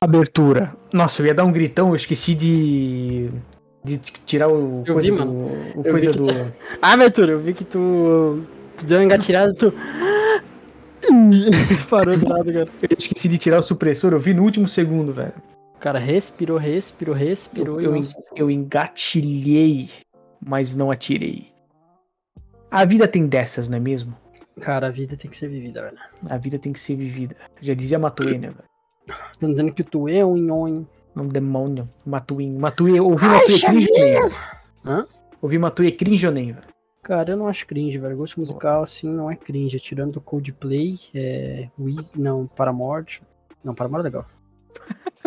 abertura. Nossa, eu ia dar um gritão, eu esqueci de. de tirar o. Eu coisa vi, do, mano. O Eu coisa vi que do. Ah, Arthur, eu vi que tu, tu deu uma engatilhada, tu. Parou do lado, cara. Eu esqueci de tirar o supressor, eu vi no último segundo, velho. O cara respirou, respirou, respirou Eu, e eu, não- en- eu engatilhei, mas não atirei. A vida tem dessas, não é mesmo? Cara, a vida tem que ser vivida, velho. A vida tem que ser vivida. Já dizia Matuê, né, velho? Estão dizendo que tu é um nhonho. Um demônio. Matuê. Matuê. eu Ouvi Matuê Crinjonen. Hã? Ouvi Matuê Crinjonen, velho. Cara, eu não acho cringe, velho. Gosto musical, assim, não é cringe. Tirando o Coldplay, é... Wiz... Não, Paramore. Não, Paramore é legal.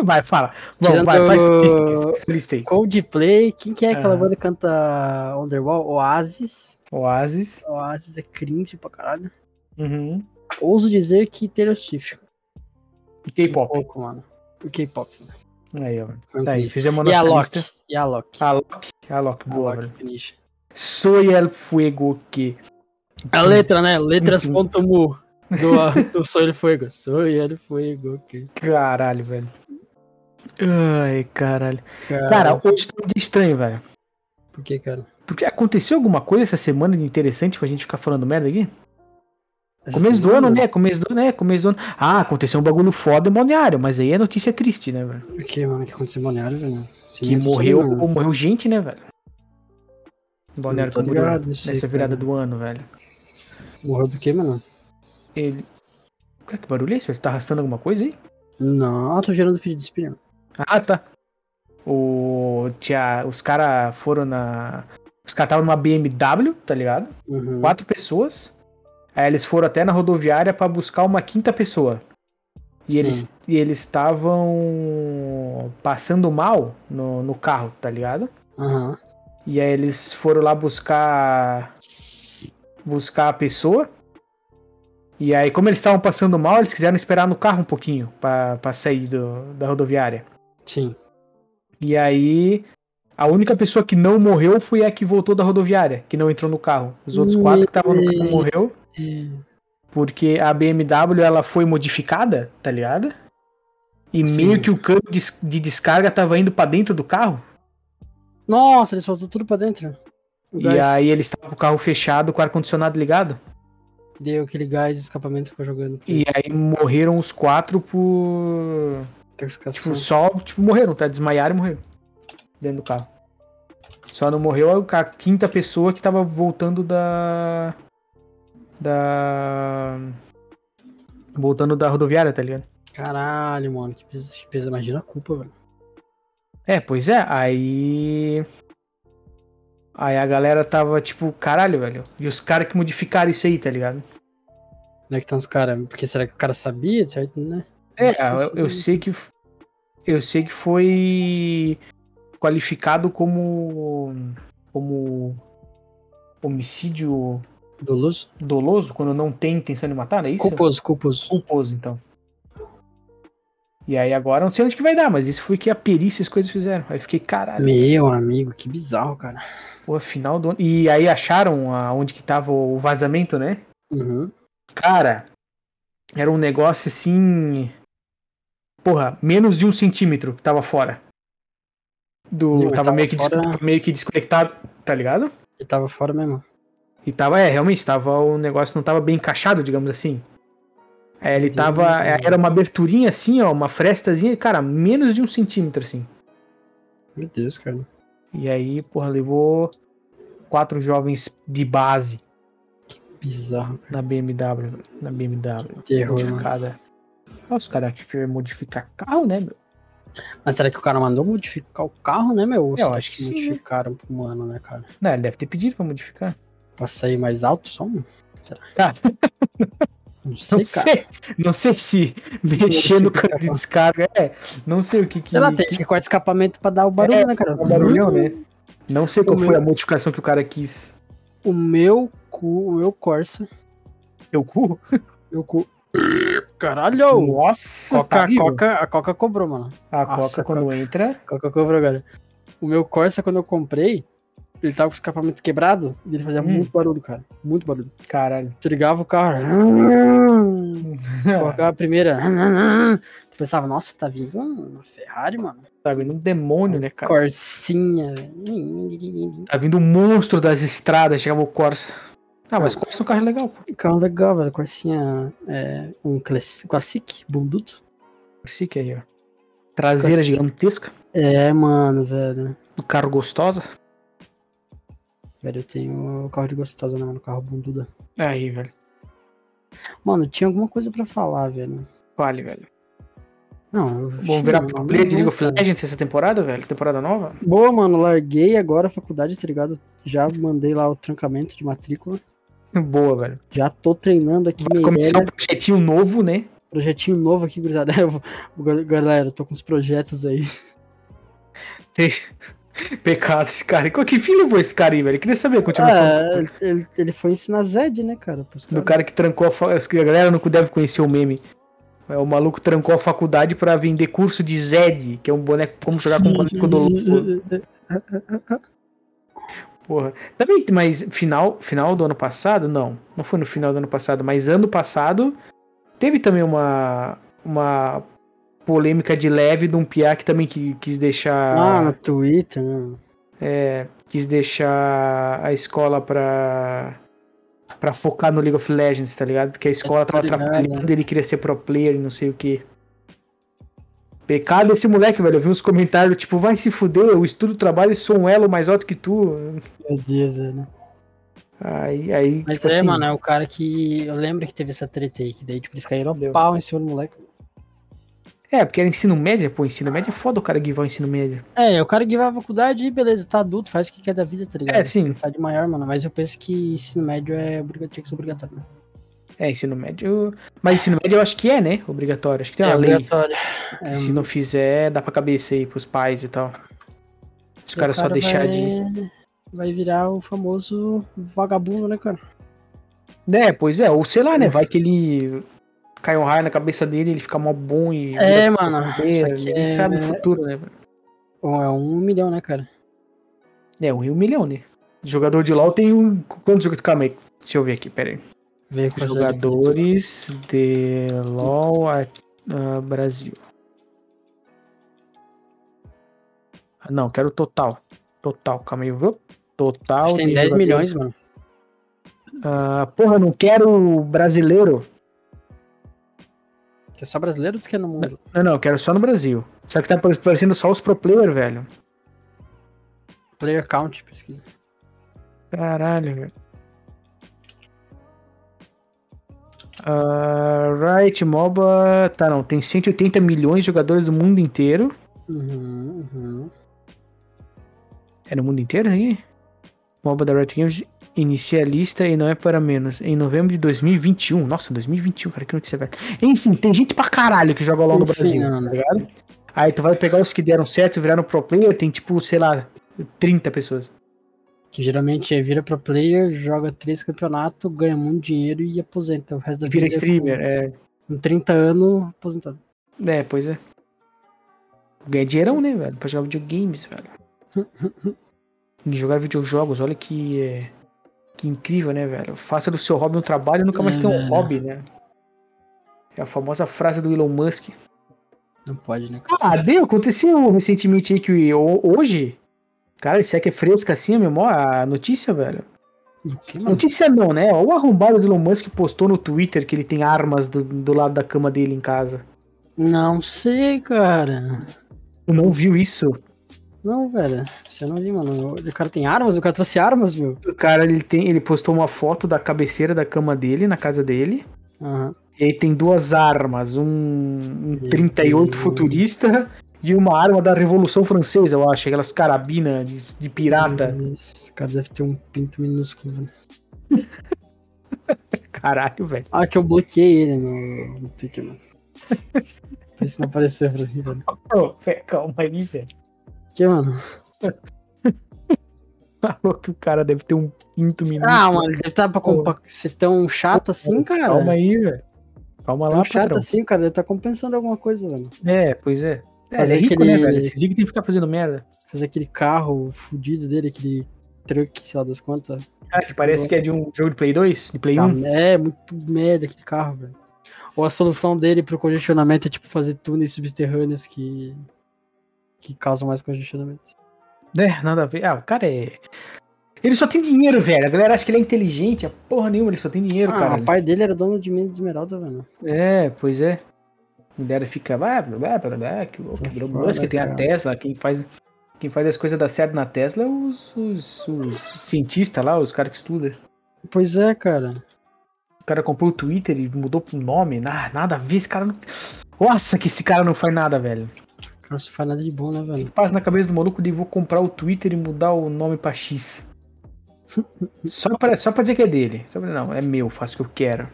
Vai, fala. Vamos, Tirando- vai, faz tua lista aí, faz tua lista aí. Coldplay, quem que é aquela Ah. banda que canta Underwall? Oasis. Oasis. Oasis é cringe pra caralho. Uhum. Ouso dizer que Taylor Swift. E Um K-pop. pouco, mano. O K-pop. né? Aí, ó. Não Tá aí, cringe. fizemos a E a nossa Loki. lista. E a Loki. A Loki. A Loki, A boa, Loki velho. cringe. Soy el fuego que... A letra, né? Uhum. Letras.mu. Do, do Soy el Fuego. Soy el Fuego. ok. Caralho, velho. Ai, caralho. Cara, Cara, hoje tá um dia estranho, velho. por que, cara? Porque aconteceu alguma coisa essa semana de interessante pra gente ficar falando merda aqui? Essa Começo do semana? ano, né? Começo do ano, né? Começo do ano. Ah, aconteceu um bagulho foda em Balneário, mas aí a notícia é triste, né, velho? O que, mano? O que aconteceu em Balneário, velho? Você Que nem tá morreu, sabendo, né? morreu gente, né, velho? Em Balneário tô Camboriú, ligado, eu sei, nessa virada cara. do ano, velho. Morreu do que, mano? Ele... Cara, que barulho é esse? Ele tá arrastando alguma coisa aí? Não, tô gerando filho de espírito. Ah, tá. O... Tinha... Os caras foram na... Os caras estavam numa BMW, tá ligado? Uhum. quatro pessoas. Aí eles foram até na rodoviária pra buscar uma quinta pessoa. E Sim. eles e eles estavam passando mal no, no carro, tá ligado? Aham. E aí eles foram lá buscar buscar a pessoa. E aí, como eles estavam passando mal, eles quiseram esperar no carro um pouquinho pra pra sair do, da rodoviária. Sim. E aí, a única pessoa que não morreu foi a que voltou da rodoviária, que não entrou no carro. Os outros quatro que estavam no carro morreu. É, Porque a BMW ela foi modificada, tá ligado? E Sim. meio que o campo de, de descarga tava indo pra dentro do carro. Nossa, eles soltou tudo pra dentro. O E gás. aí eles estavam com o carro fechado, com o ar-condicionado ligado. Deu aquele gás de escapamento ficou jogando. E aí morreram os quatro por. Intoxicação. Tipo, só tipo, morreram, tá? Desmaiaram e morreram. Dentro do carro. Só não morreu a quinta pessoa que tava voltando da. Da. Voltando da rodoviária, tá ligado? Caralho, Mano, que pesa, que pesa. Imagina a culpa, velho. É, pois é, aí. Aí a galera tava tipo, caralho, velho. E os caras que modificaram isso aí, tá ligado? Como é que estão os caras? Porque será que o cara sabia, certo? Né? É, Nossa, eu, isso eu aí. sei que. f- Eu sei que foi qualificado como. como. homicídio Doloso? doloso, quando não tem intenção de matar, não é isso? Culposo, culposo. Culposo, então. E aí agora não sei onde que vai dar, mas isso foi que a perícia as coisas fizeram. Aí eu fiquei, caralho. Meu amigo, que bizarro, cara. Pô, final do ano. E aí acharam aonde que tava o vazamento, né? Uhum. Cara, era um negócio assim. Porra, menos de um centímetro que tava fora. Do, Não, tava, tava meio, que des- fora- meio que desconectado, tá ligado? Ele tava fora mesmo. E tava, é, realmente, tava, o negócio não tava bem encaixado, digamos assim. É, ele Entendi. tava. é, Era uma aberturinha assim, ó, uma frestazinha, cara, menos de um centímetro, assim. Meu Deus, cara. E aí, porra, levou quatro jovens de base Bizarro, cara. na BMW. Na BMW. Terror, mano. modificada. Olha os caras que querem modificar carro, né, meu? Mas será que o cara mandou modificar o carro, né, meu? Ou Eu será acho que sim, né? modificaram pro humano, né, cara? Não, ele deve ter pedido pra modificar. Pra sair mais alto só, mano? Será? Cara. Não Tá. Não sei, cara. sei, não sei se mexer no câmbio de descarga é. Não sei o que que. Sei lá, tem que cortar escapamento pra dar o barulho, É, né, cara? um barulhão, né? Não sei qual O foi a meu- modificação que o cara quis. O meu cu, o meu Corsa, Teu cu? meu cu... Caralho! Nossa, Oh, Coca, tá a, vivo. Coca, a Coca cobrou, mano. A Coca, Nossa, quando entra. A Coca cobrou agora. O meu Corsa, quando eu comprei, ele tava com o escapamento quebrado e ele fazia Hum. muito barulho, cara. Muito barulho. Caralho. Tu ligava o carro, colocava a primeira, Eu pensava, nossa, tá vindo uma Ferrari, mano. Tá vindo um demônio, né, cara? Corsinha. Tá vindo um monstro das estradas, chegava o Corsa. Ah, mas Corsa é um carro legal, pô. Carro legal, velho. Corsinha é um class- classic, bundudo. Corsa que aí, ó. Traseira Corsa. gigantesca. É, mano, velho. Do carro gostosa. Velho, eu tenho carro de gostosa, né, mano? Carro bunduda. Aí, velho. Mano, tinha alguma coisa pra falar, velho. Vale, velho. Não, eu. Bom, virar Não, não, player de League of não, Legends essa temporada, velho? Temporada nova? Boa, mano, larguei agora a faculdade, tá ligado? Já mandei lá o trancamento de matrícula. Boa, velho. Já tô treinando aqui, Vai minha começar um ideia, projetinho novo, né? projetinho novo aqui, gurizada. Eu vou- Galera, eu tô com os projetos aí. Pecado esse cara. Qual que filho foi esse cara aí, velho? Eu Queria saber a continuação Ah, ele, ele foi ensinar Zed, né, cara? pros um do caras. cara que trancou a faculdade. A galera não deve conhecer o meme. É, o maluco trancou a faculdade pra vender curso de Zed, que é um boneco. Como jogar com um boneco do louco. Porra. Também, Tá mas final, final do ano passado? Não. Não foi no final do ano passado, mas ano passado teve também uma, uma polêmica de leve de um piá que também que, quis deixar. Ah, no Twitter, né? é, quis deixar a escola pra, pra focar no League of Legends, tá ligado? Porque a escola tô tava ligado, atrapalhando, ele queria ser pro player e não sei o que. Pecado esse moleque, velho. Eu vi uns comentários tipo, vai se fuder, eu estudo, trabalho e sou um elo mais alto que tu. Meu Deus, é, né? velho. Aí, aí Mas tipo é, assim, mano, é o cara que. Eu lembro que teve essa treta aí, que daí, tipo, eles caíram Deu. a pau em cima do moleque. É, porque era ensino médio, pô, ensino médio é foda o cara guivar o ensino médio. É, o cara que vai à faculdade, beleza, tá adulto, faz o que quer da vida, tá ligado? É, sim. Tá de maior, mano, mas eu penso que ensino médio é obrigatório, tinha que ser obrigatório. né? É, ensino médio. Mas ensino médio eu acho que é, né? Obrigatório. Acho que tem uma é lei. obrigatório. que se não fizer, dá pra cabeça aí pros pais e tal. Se o cara, só deixar vai... de. Vai virar o famoso vagabundo, né, cara? É, pois é, ou sei lá, né? Vai que ele cai um raio na cabeça dele, ele fica mó bom e. É, mano, isso aqui Ele é... sabe o futuro, né? Bom, é um milhão, né, cara? É, um e um milhão, né? Jogador de LOL tem um. Quantos jogadores? Calma aí. Deixa eu ver aqui, pera aí. Ver com Jogadores de LOL a- ah, Brasil. Ah, Não, quero o total. Total, calma aí, viu? Total. Tem de 10 jogadores. milhões, mano. Ah, porra, não quero brasileiro. Que é só brasileiro do que é no mundo. Não, não, quero só no Brasil. Só que tá aparecendo só os pro player, velho. Player count, pesquisa. Caralho, velho. Ah, Riot MOBA. Tá, não. Tem 180 milhões de jogadores do mundo inteiro. Uhum, uhum. É no mundo inteiro aí? MOBA da Riot Games inicia a lista e não é para menos. Em novembro de 2021. Nossa, 2021, cara, que notícia, velho. Enfim, tem gente pra caralho que joga LOL no Enfim, Brasil, não, tá não. ligado? Aí tu vai pegar os que deram certo e viraram pro player, tem tipo, sei lá, 30 pessoas. Que geralmente é vira pro player, joga três campeonatos, ganha muito dinheiro e aposenta. O resto da Vira vida é streamer, é. Com 30 anos, aposentado. É, pois é. Ganha dinheirão, né, velho? Pra jogar videogames, velho. E jogar videojogos, olha que, é, que incrível, né, velho? Faça do seu hobby um trabalho e nunca mais tenha um É. hobby, né? É a famosa frase do Elon Musk. Não pode, né, cara? Ah, deu, aconteceu recentemente aí que o- hoje. Cara, isso é que é fresca assim a memória, a notícia, velho. O que, mano? Notícia não, né? O arrombado do Elon Musk postou no Twitter que ele tem armas do, do lado da cama dele em casa. Não sei, cara. Tu não viu isso? Não, velho. Você não vi, mano. O cara tem armas? O cara trouxe armas, meu. O cara, ele, tem, ele postou uma foto da cabeceira da cama dele, na casa dele. Aham. E aí tem duas armas, um, um Meu 38 Deus. futurista e uma arma da Revolução Francesa, eu acho. Aquelas carabinas de, de pirata. Esse cara deve ter um pinto minúsculo, velho. Caralho, velho. Ah, que eu bloqueei ele no, no Twitter, mano. Pra isso não aparecer pra mim, velho. Ô, fé, calma aí, velho. Que, mano? Falou que o cara deve ter um quinto minuto. Ah, mano, ele deve tá estar pra, com- pra ser tão chato assim, cara. Calma aí, velho. Calma lá, Tão chato patrão. assim, cara. Ele tá compensando alguma coisa, velho. É, pois é. É, Fazer ele é rico, aquele- né, velho? Esses dias que tem que ficar fazendo merda. Fazer aquele carro fudido dele, aquele truck, sei lá das quantas. Cara, que parece que é de um jogo de Play 2, de Play Tá, 1. É, muito merda aquele carro, velho. Ou a solução dele pro congestionamento é tipo fazer túneis subterrâneos que. que causam mais congestionamento. Né? Nada a ver. Ah, o cara é. Ele só tem dinheiro, velho. A galera acha que ele é inteligente, a porra nenhuma, ele só tem dinheiro, ah, cara. o pai dele era dono de mina de esmeralda, velho. É, pois é. A galera fica, vai, blá, blá, blá, blá, que o que Que virou é foda, Musk, tem a cara. Tesla, quem faz, quem faz as coisas da certo na Tesla é os, os, os cientistas lá, os caras que estudam. Pois é, cara. O cara comprou o Twitter e mudou pro nome, na- nada a ver, esse cara não... Nossa, que esse cara não faz nada, velho. O cara não se faz nada de bom, né, velho? Passa na cabeça do maluco de vou comprar o Twitter e mudar o nome pra X. Só pra, só pra dizer que é dele. Só pra- não, é meu, faço o que eu quero.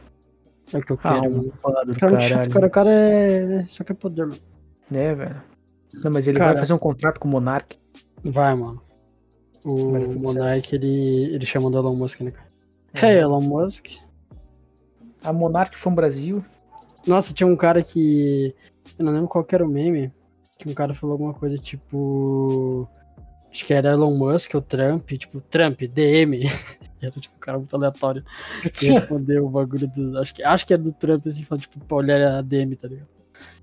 É o que eu quero, Ah, um mano. do O cara é muito chato, cara. O cara é. Só quer poder, mano. Né, velho? Não, mas ele Cara. vai fazer um contrato com o Monark. Vai, mano. O Vai dar tudo Monark, ele, ele chama do Elon Musk, né, cara? É. É, Elon Musk. A Monark foi um Brasil. Nossa, tinha um cara que. Eu não lembro qual que era o meme. Que um cara falou alguma coisa tipo. Acho que era Elon Musk ou Trump. Tipo, Trump, DM. Era tipo um cara muito aleatório. E é respondeu o bagulho do. Acho que, acho que era do Trump, assim, falando, tipo, pra olhar a DM, tá ligado?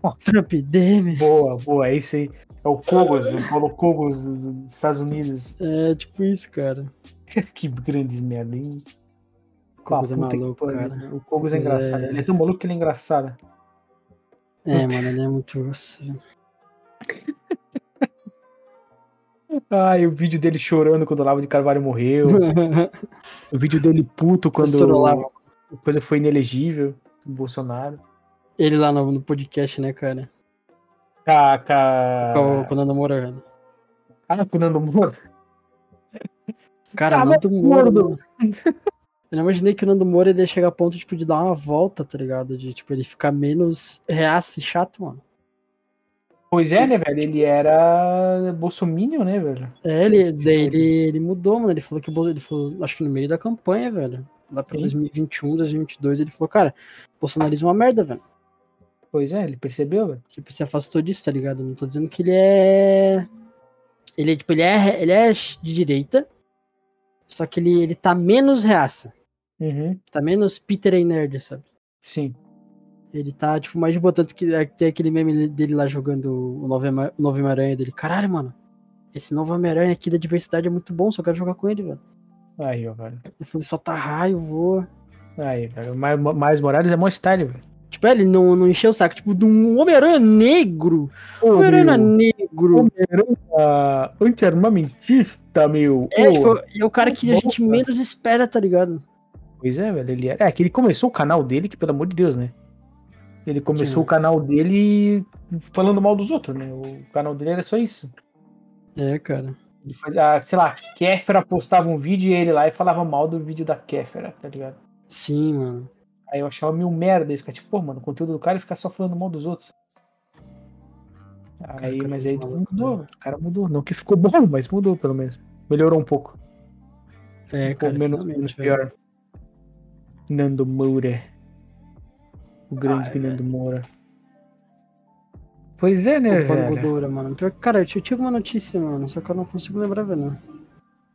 Ó. Trump, DM. boa, boa, é isso aí. É o Cogos, o Paulo Cogos do- do- dos Estados Unidos. É tipo isso, cara. que grandes merda, hein? Como é Ah, puta que maluco, pariu. cara. O Cogos é Mas engraçado. é- Ele é tão maluco que ele é engraçado. É, mano, ele é muito. Nossa, Ai, o vídeo dele chorando quando o Lavo de Carvalho morreu. O vídeo dele puto Professor quando Olavo. a coisa foi inelegível do Bolsonaro. Ele lá no, no podcast, né, cara? Caca. Com- Quando namora, cara. Ah, com o Nando Moura. Cara, Tava Nando Moura. gordo. mano. Eu não imaginei que o Nando Moura ele ia chegar a ponto tipo, de dar uma volta, tá ligado? De tipo, ele ficar menos reace e chato, mano. Pois é, né, velho? Ele era Bolsominion, né, velho? É, ele, Esse daí tipo ele, ele mudou, mano. Ele falou que o Bol- ele falou, acho que no meio da campanha, velho. Lá pra Sim. 2021, 2022, ele falou, cara, bolsonarismo é uma merda, velho. Pois é, ele percebeu, velho. Tipo, se afastou disso, tá ligado? Não tô dizendo que ele é. Ele, é, tipo, ele é, ele é de direita, só que ele, ele tá menos reaça. Uhum. Tá menos Peter e nerd, sabe? Sim. Ele tá, tipo, mais de boa, tanto que tem aquele meme dele lá jogando o novo Ema- o novo Homem-Aranha dele. Caralho, mano, esse novo Homem-Aranha aqui da diversidade é muito bom, só quero jogar com ele, velho. Aí, ó, velho. Ele falou, ele solta raio, voa. Aí, velho. Mais, mais Morales é mó style, velho. Tipo, ele não, não encheu o saco, tipo, de um Homem-Aranha negro. Homem-Aranha Homem-Aranha negro. anti-armamentista, meu. É, Ô, tipo, e é o cara que a bom, gente cara. menos espera, tá ligado? Pois é, velho. Ele era... É que ele começou o canal dele, que pelo amor de Deus, né? Ele começou Sim. o canal dele falando mal dos outros, né? O canal dele era só isso. É, cara. Ele fazia, ah, sei lá, a Kéfera postava um vídeo e ele lá e falava mal do vídeo da Kéfera, tá ligado? Sim, mano. Aí eu achava meio merda isso, cara. Tipo, pô, mano, o conteúdo do cara fica só falando mal dos outros. Cara, Aí, o cara mas é aí muito mudou, maluco, mudou, velho. o cara mudou. Não que ficou bom, mas mudou pelo menos. Melhorou um pouco. É, Ficou cara. menos, finalmente, menos velho. pior. Nando Moura. O grande Ai, Nando Moura. Pois é, né, O velho? Bangodoura, mano. Pior que, cara, eu tinha eu tive uma notícia, mano, só que eu não consigo lembrar, velho.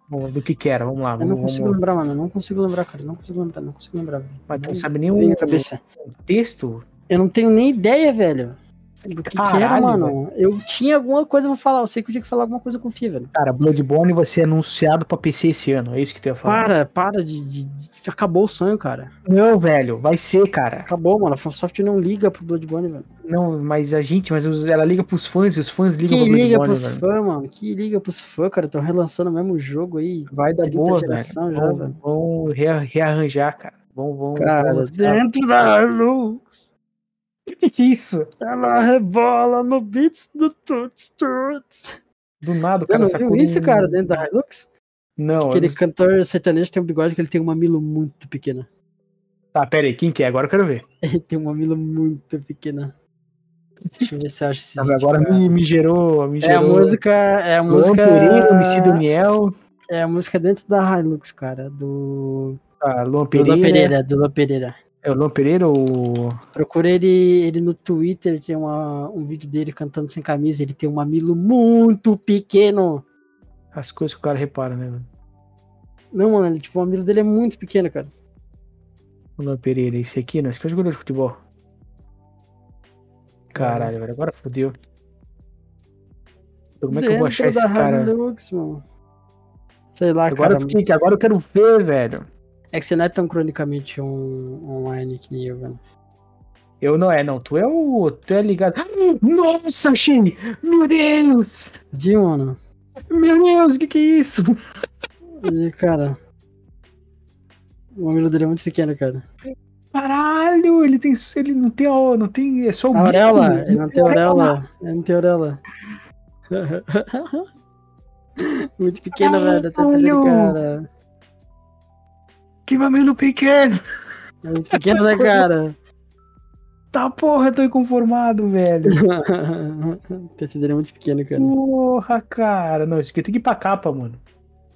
Bom, Do que que era? Vamos lá, Eu vamos, não consigo vamos- lembrar, mano. Eu não consigo lembrar, cara. eu Não consigo lembrar, não consigo lembrar. velho. Mas tu não Não sabe nem vem o na cabeça. texto? Eu não tenho nem ideia, velho. Do que, que era, Caralho, mano. Eu tinha alguma coisa pra falar. Eu sei que eu tinha que falar alguma coisa com o Fih, velho. Cara, Bloodborne vai ser anunciado pra PC esse ano. É isso que tu ia falar. Para, para de. de- de- Acabou o sonho, cara. Não, velho, vai ser, cara. Acabou, mano. A FromSoft não liga pro Bloodborne, velho. Não, mas a gente, mas os- ela liga pros fãs e os fãs ligam Que pro liga Bloodborne, pros velho. fãs, mano. Que liga pros fãs, cara. Tão relançando o mesmo jogo aí. Vai dar 30 boa, velho. geração já, vão, velho. vão rea- rearranjar, cara. Vão, vão. Cara, vão- dentro da luz, que que é isso? ela rebola no beat do Tuts Tuts. Do nada, o Eu cara não sacou viu isso, um- cara, dentro da Hilux? Não, Aquele eu não- cantor sertanejo tem um bigode que ele tem um mamilo muito pequeno. tá, pera aí, quem que é? Agora eu quero ver. Ele tem um mamilo muito pequeno. Deixa eu ver se Tá, eu acho esse Sabe, vídeo, agora cara. me, me gerou. Me É a gerou um música. É a Luan Pereira, MC música. Daniel, É a música dentro da Hilux, cara. Do. ah, Luan Do Pereira. Lua Pereira, do Lua Pereira. É o Luan Pereira ou. Procura ele, ele no Twitter, tem uma, um vídeo dele cantando sem camisa. Ele tem um mamilo muito pequeno. As coisas que o cara repara, né? mano? Não, mano, ele, tipo, o mamilo dele é muito pequeno, cara. O Luan Pereira, esse aqui, né? Esse aqui é o jogador de um futebol. Caralho, velho, agora fodeu. Como é que eu Dentro vou achar esse da Harley cara? Lux, mano. Sei lá, Agora eu, cara. fiquei, agora eu quero ver, velho. É que você não é tão cronicamente on- online que nem eu, velho. Eu não é, não. Tu é o. Tu é ligado. Ah, Nossa, Shane! Meu Deus! Vi, mano. Meu Deus, o que, que é isso? E, cara. O mamilo dele é muito pequeno, cara. Caralho, ele tem. Ele não tem. ó, Não tem. É só o A bico, orelha, Ah, ele não tem auréola. orelha. Ele não tem orelha. muito pequeno, velho. Até Caralho! dele, cara. Que mamilo pequeno! É muito pequeno, né, cara? Tá porra, eu tô inconformado, velho. o PC dele é muito pequeno, cara. Porra, cara. Não, isso aqui tem que ir pra capa, mano.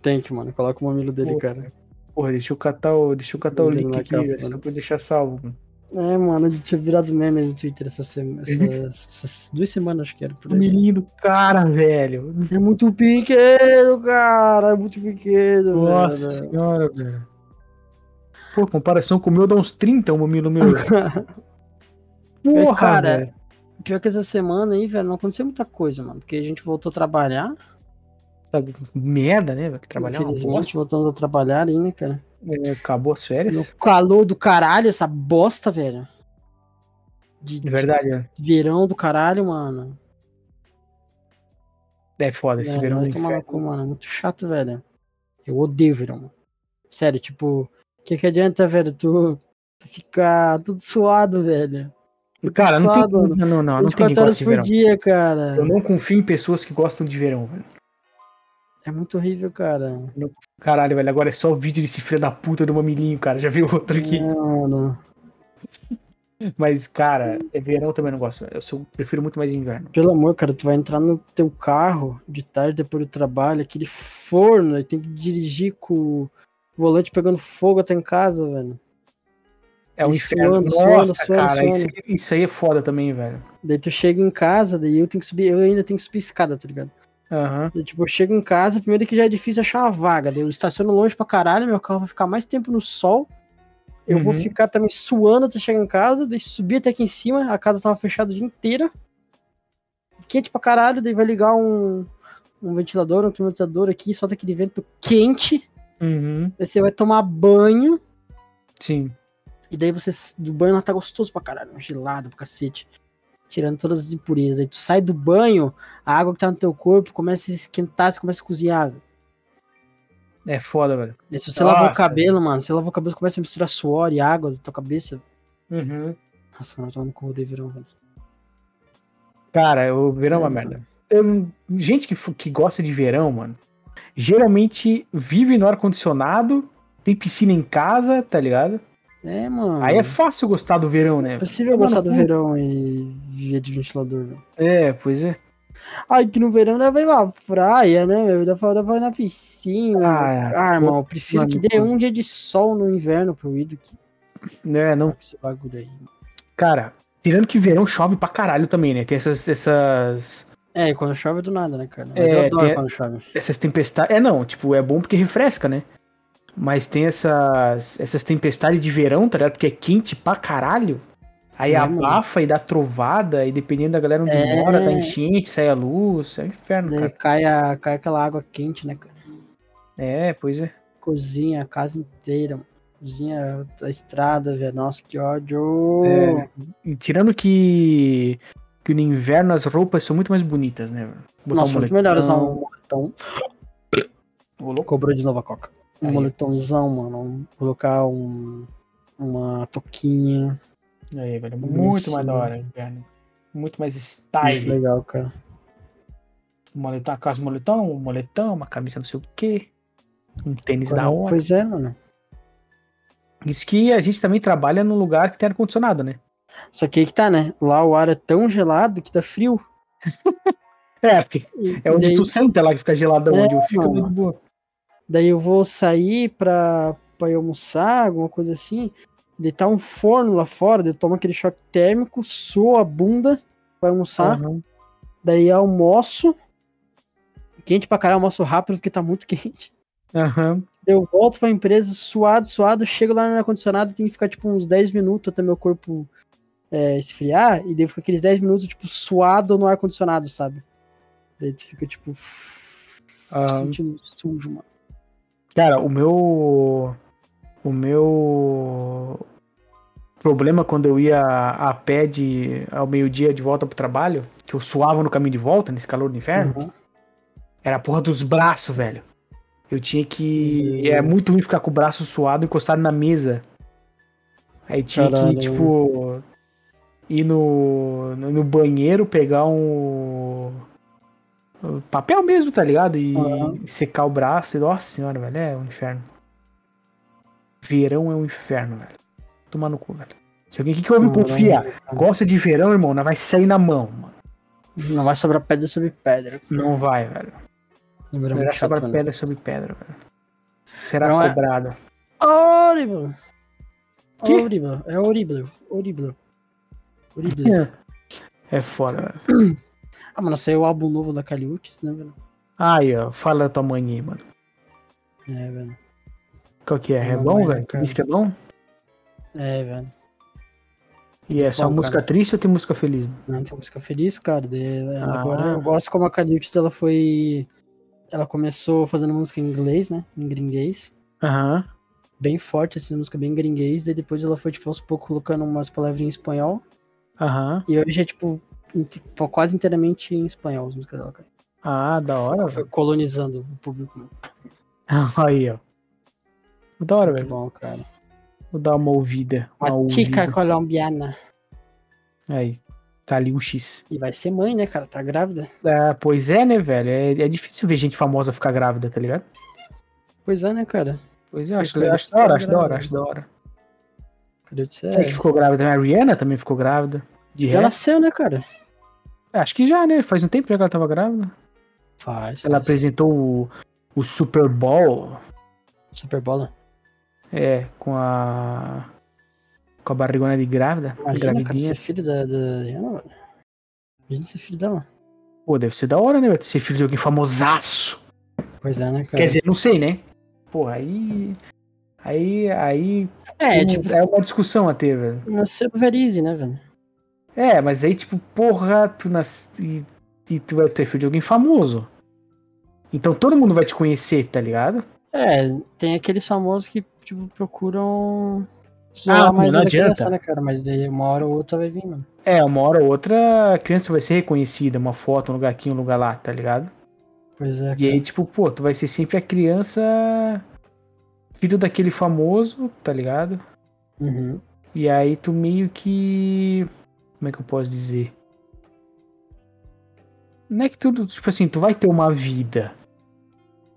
Tem que, mano. Coloca o mamilo dele, Pô. cara. Porra, deixa eu catar o, deixa eu catar o Ele link na aqui, capa, velho, né? só pra eu deixar salvo. mano. É, mano, ele tinha virado meme no Twitter essa semana. Essas duas semanas, acho que era por O aí. menino do cara, velho. É muito pequeno, cara. É muito pequeno. Nossa velho. senhora, velho. Pô, comparação com o meu dá uns 30 o mamilo meu. Porra, Cara, velho. Pior que essa semana aí, velho, não aconteceu muita coisa, mano. Porque a gente voltou a trabalhar. Sabe, merda, né? velho, Que trabalhar é uma bosta. Infelizmente, voltamos a trabalhar aí, né, cara? É, Acabou as No férias. calor do caralho, essa bosta, velho. De, De verdade, é. de verão do caralho, mano. É foda, esse É, verão vai do tomar no inferno. cu, mano. É Muito chato, velho. Eu odeio verão, mano. Sério, tipo, o que, que adianta, velho? Tu, tu ficar tudo suado, velho. Cara, não tem. suado, Não, não, não, não tem quem 24 gosta horas de por verão. dia, cara. Eu não confio em pessoas que gostam de verão, velho. É muito horrível, cara. Caralho, velho, agora é só o vídeo desse filho da puta do mamilinho, cara. Já vi outro aqui. É, mano. Mas, cara, é verão eu também não gosto. velho. Eu sou- prefiro muito mais inverno. Pelo amor, cara, tu vai entrar no teu carro de tarde depois do trabalho, aquele forno, e tem que dirigir com o volante pegando fogo até em casa, velho. É um Isso, inferno. mano, suando, Nossa, suando, cara, suando. Isso, aí- isso aí é foda também, velho. Daí tu chega em casa, daí eu tenho que subir, eu ainda tenho que subir escada, tá ligado? Aham. Eu, tipo, eu chego em casa, primeiro que já é difícil achar uma vaga, daí eu estaciono longe pra caralho, meu carro vai ficar mais tempo no sol. Eu vou Uhum. ficar também suando até chegar em casa, daí subir até aqui em cima, a casa tava fechada o dia inteira. Quente pra caralho, daí vai ligar um, um ventilador, um climatizador aqui, solta aquele vento quente, Uhum. daí você vai tomar banho, Sim. e daí você do banho lá tá gostoso pra caralho, gelado pra cacete. Tirando todas as impurezas. Aí tu sai do banho, a água que tá no teu corpo começa a esquentar, você começa a cozinhar. É foda, velho. E se você lavar o Nossa, cabelo, mano, se você lavar o cabelo, começa a misturar suor e água da tua cabeça. Uhum. Nossa, mano, eu tô no cu de verão, velho. Cara, o verão é uma merda. Eu- gente que, f- que gosta de verão, mano, geralmente vive no ar-condicionado, tem piscina em casa, tá ligado? É, mano. Aí é fácil gostar do verão, né? É possível Mano, gostar do pô. verão e viver de ventilador, velho. É, pois é. Ai, que no verão dá vai pra praia, né, meu? Dá pra, dá pra ir na piscina. Ah, Ah, irmão, eu prefiro mano, que dê pô. um dia de sol no inverno pro Ido que né? Não esse bagulho aí. Cara, tirando que verão chove pra caralho também, né? Tem essas, essas, É, e quando chove é do nada, né, cara? Mas É, eu adoro tem- quando chove. essas tempestades. É, não, tipo, é bom porque refresca, né? Mas tem essas, essas tempestades de verão, tá ligado? Porque é quente pra caralho. Aí É, mano. abafa e dá trovada, e dependendo da galera onde É. mora, dá enchente, sai a luz, é um inferno, Daí cara. cai, a, cai aquela água quente, né, cara? É, pois é. Cozinha, a casa inteira, mano. cozinha, a estrada, velho. Nossa, que ódio! É. E tirando que, que no inverno as roupas são muito mais bonitas, né? velho? Botar Nossa, muito melhor usar um moletom. Ô, louco. Cobrou de novo a coca. Um Aí. moletomzão, mano. um- Colocar um, uma toquinha. Aí, velho, Muito muito mais sim. da hora, inverno. Muito mais Muito style. legal, cara. moletom, a calça de moletom, um moletom, uma camisa não sei o quê, um tênis da Quando- hora. Pois é, mano. Isso que a gente também trabalha num lugar que tem ar-condicionado, né? Só que aí que tá, né? Lá o ar é tão gelado que tá frio. É, porque E- é e onde daí, tu senta lá que fica geladão, É, onde eu fico, mano. é de boa. daí eu vou sair pra, pra ir almoçar, alguma coisa assim. Daí tá um forno lá fora, daí eu tomo aquele choque térmico, suo a bunda, vai almoçar. Uhum. Daí almoço. Quente pra caralho, almoço rápido porque tá muito quente. Aham. Eu volto pra empresa suado, suado, chego lá no ar-condicionado, tem que ficar tipo uns 10 minutos até meu corpo é, esfriar, e daí fica aqueles 10 minutos, tipo, suado no ar-condicionado, sabe? Daí tu fica, tipo, Ah. sentindo sujo, mano. Cara, o meu. O meu. Problema quando eu ia a pé de, ao meio-dia de volta pro trabalho, que eu suava no caminho de volta, nesse calor do inferno, Uhum. era a porra dos braços, velho. Eu tinha que. Meu É muito ruim ficar com o braço suado encostado na mesa. Aí tinha Caralho. que, tipo. Ir no, no no banheiro, pegar um. um Papel mesmo, tá ligado? E Aham. secar o braço. E, nossa senhora, velho, é um inferno. Verão é um inferno, velho. Tomar no cu, velho. Se alguém aqui que ouve Caralho, confia, gosta de verão, irmão, não vai sair na mão, mano. Não vai sobrar pedra sobre pedra. Não vai, velho. No verão é Não vai muito chato, sobrar mano. pedra sobre pedra, velho. Será Não é- cobrado. Horrível. Que? Horrível. É horrível. Horrível. Horrível. É foda, velho. Ah, mano, saiu o álbum novo da Caliutes, né, velho? Aí, ó, fala da tua mãe aí, mano. É, velho. Qual que é? É Não, bom, mas, velho? Tu cara. disse que é bom? É, velho. E é só Bom, música triste ou tem música feliz? mano? Não tem música feliz, cara. daí, é, Ah. Agora eu gosto como a Caliutes, ela foi. Ela começou fazendo música em inglês, né? Em gringuês. Aham. Bem forte, assim, música bem gringuês. Daí depois ela foi, tipo, aos poucos colocando umas palavrinhas em espanhol. Aham. E hoje é, tipo, inte- quase inteiramente em espanhol as músicas dela, cara. Ah, da hora, velho. Foi colonizando o público. Aí, ó. Da hora, é Muito velho. bom, cara. Vou dar uma ouvida. Uma Uma tica ouvida. colombiana. Aí. Tá ali um X. E vai ser mãe, né, cara? Tá grávida? Ah, pois é, né, velho? É, é difícil ver gente famosa ficar grávida, tá ligado? Pois é, né, cara? Pois é, eu acho, Pois é, eu acho da hora, tá acho da hora, grávida. acho da hora. Cadê você? É. que é? ficou grávida. né? A Rihanna também ficou grávida. De Ela ela... nasceu, né, cara? Acho que já, né? Faz um tempo já que ela tava grávida. Faz. Ela faz. apresentou o, o Super Bowl. Super né? bola. É, com a. Com a barrigona de grávida. Imagina, cara, gravidinha. ser é filho da, da Rihanna, velho. Imagina ser filho dela. Pô, deve ser da hora, né? velho? Ser filho de alguém famosaço. Pois é, né, cara? Quer dizer, não sei, né? Pô, aí. Aí. Aí. é, tem- tipo, é uma discussão a ter, velho. nasceu no Verize, né, velho? É, mas aí, tipo, porra, tu nas... e, e tu vai ter filho de alguém famoso. Então todo mundo vai te conhecer, tá ligado? É, tem aqueles famosos que, tipo, procuram. zoar não, Ah, não a da adianta. criança, né, cara? Mas daí uma hora ou outra vai vir, mano. É, uma hora ou outra a criança vai ser reconhecida, uma foto, um lugar aqui, um lugar lá, tá ligado? Pois é, E cara. aí, tipo, pô, tu vai ser sempre a criança filho daquele famoso, tá ligado? Uhum. E aí tu meio que. Como é que eu posso dizer? Não é que tudo, tipo assim, tu vai ter uma vida,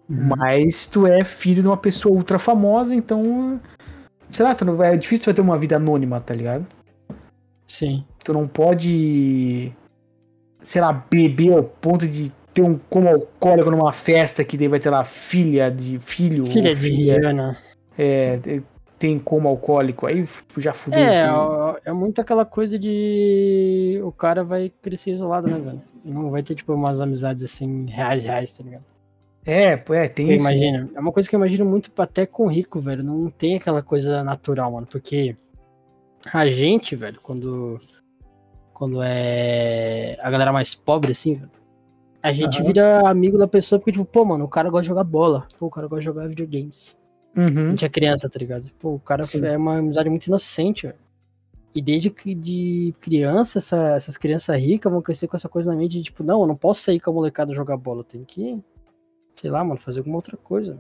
mas tu é filho de uma pessoa ultra famosa, então. Sei lá, tu não vai, é difícil tu vai ter uma vida anônima, tá ligado? Sim. Tu não pode. Sei lá, beber ao ponto de ter um como alcoólico numa festa que daí vai ter lá filha de filho. ou Filha de Rihanna. é, te- tem como alcoólico, aí f- já fudeu. É, tudo. ó, é muito aquela coisa de o cara vai crescer isolado, né, velho? Ele não vai ter, tipo, umas amizades assim, reais, reais, tá ligado? é, pô, é, tem Eu isso. né? imagino. É uma coisa que eu imagino muito até com rico, velho. Não tem aquela coisa natural, mano. Porque a gente, velho, quando. Quando é. A galera mais pobre, assim, velho. A gente Aham. vira amigo da pessoa porque, tipo, pô, mano, o cara gosta de jogar bola. Pô, o cara gosta de jogar videogames. A Uhum. gente é criança, tá ligado? Pô, o cara Sim. é uma amizade muito inocente, velho. E desde que de criança, essa- essas crianças ricas vão crescer com essa coisa na mente de tipo, não, eu não posso sair com a molecada jogar bola, eu tenho que, sei lá, mano, fazer alguma outra coisa.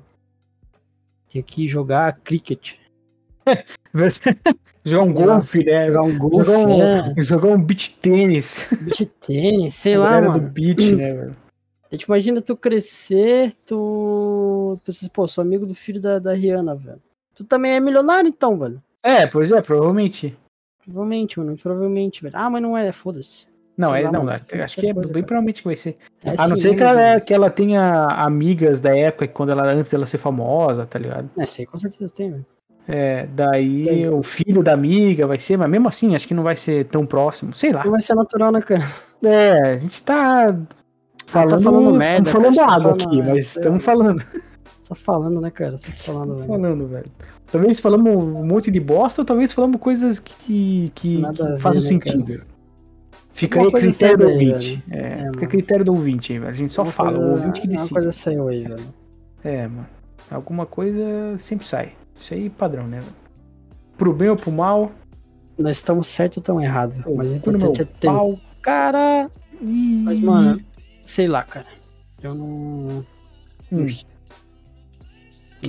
Tenho que jogar cricket, Jogar um golfe, Sei né? jogar um golfe, Jogar um, né? jogar um beach tênis. beach tênis, sei lá, Galera mano. do beach, né, velho? A gente imagina tu crescer, tu. Pensa, assim, pô, sou amigo do filho da, da Rihanna, velho. Tu também é milionário então, velho. É, pois é, provavelmente. Provavelmente, mano, provavelmente, velho. Ah, mas não é, foda-se. Não, Sei é, lá, não, mano, acho tem que muita é coisa, bem cara. provavelmente que vai ser. É a Ah, não sim, ser que né, velho? ela, que ela tenha amigas da época, que quando ela, antes dela ser famosa, tá ligado? É, sei, com certeza tem, velho. É, daí Entendi. o filho da amiga vai ser, mas mesmo assim, acho que não vai ser tão próximo, sei lá. Não vai ser natural, né, cara? É, a gente tá falando, falando merda, Estamos falando cara, a gente tá água falando aqui, merda, mas sei estamos falando. Só falando, né, cara? Só falando, Tô velho. falando, velho. Talvez falamos um monte de bosta, ou talvez falamos coisas que, que, Nada a que ver, façam né, sentido. Fica aí Alguma a coisa critério do saiu daí, ouvinte. É, É, fica a mano. critério do ouvinte aí, velho. A gente só Alguma fala, coisa- o ouvinte que decide. Alguma coisa saiu aí, velho. É, mano. Alguma coisa sempre sai. Isso aí é padrão, né? velho? Pro bem ou pro mal, Nós estamos certos ou estamos errados. Mas o pro meu importante é ter. pau. Hum. Cara, Ih, mas, mano, sei lá, cara. Eu não. hum, que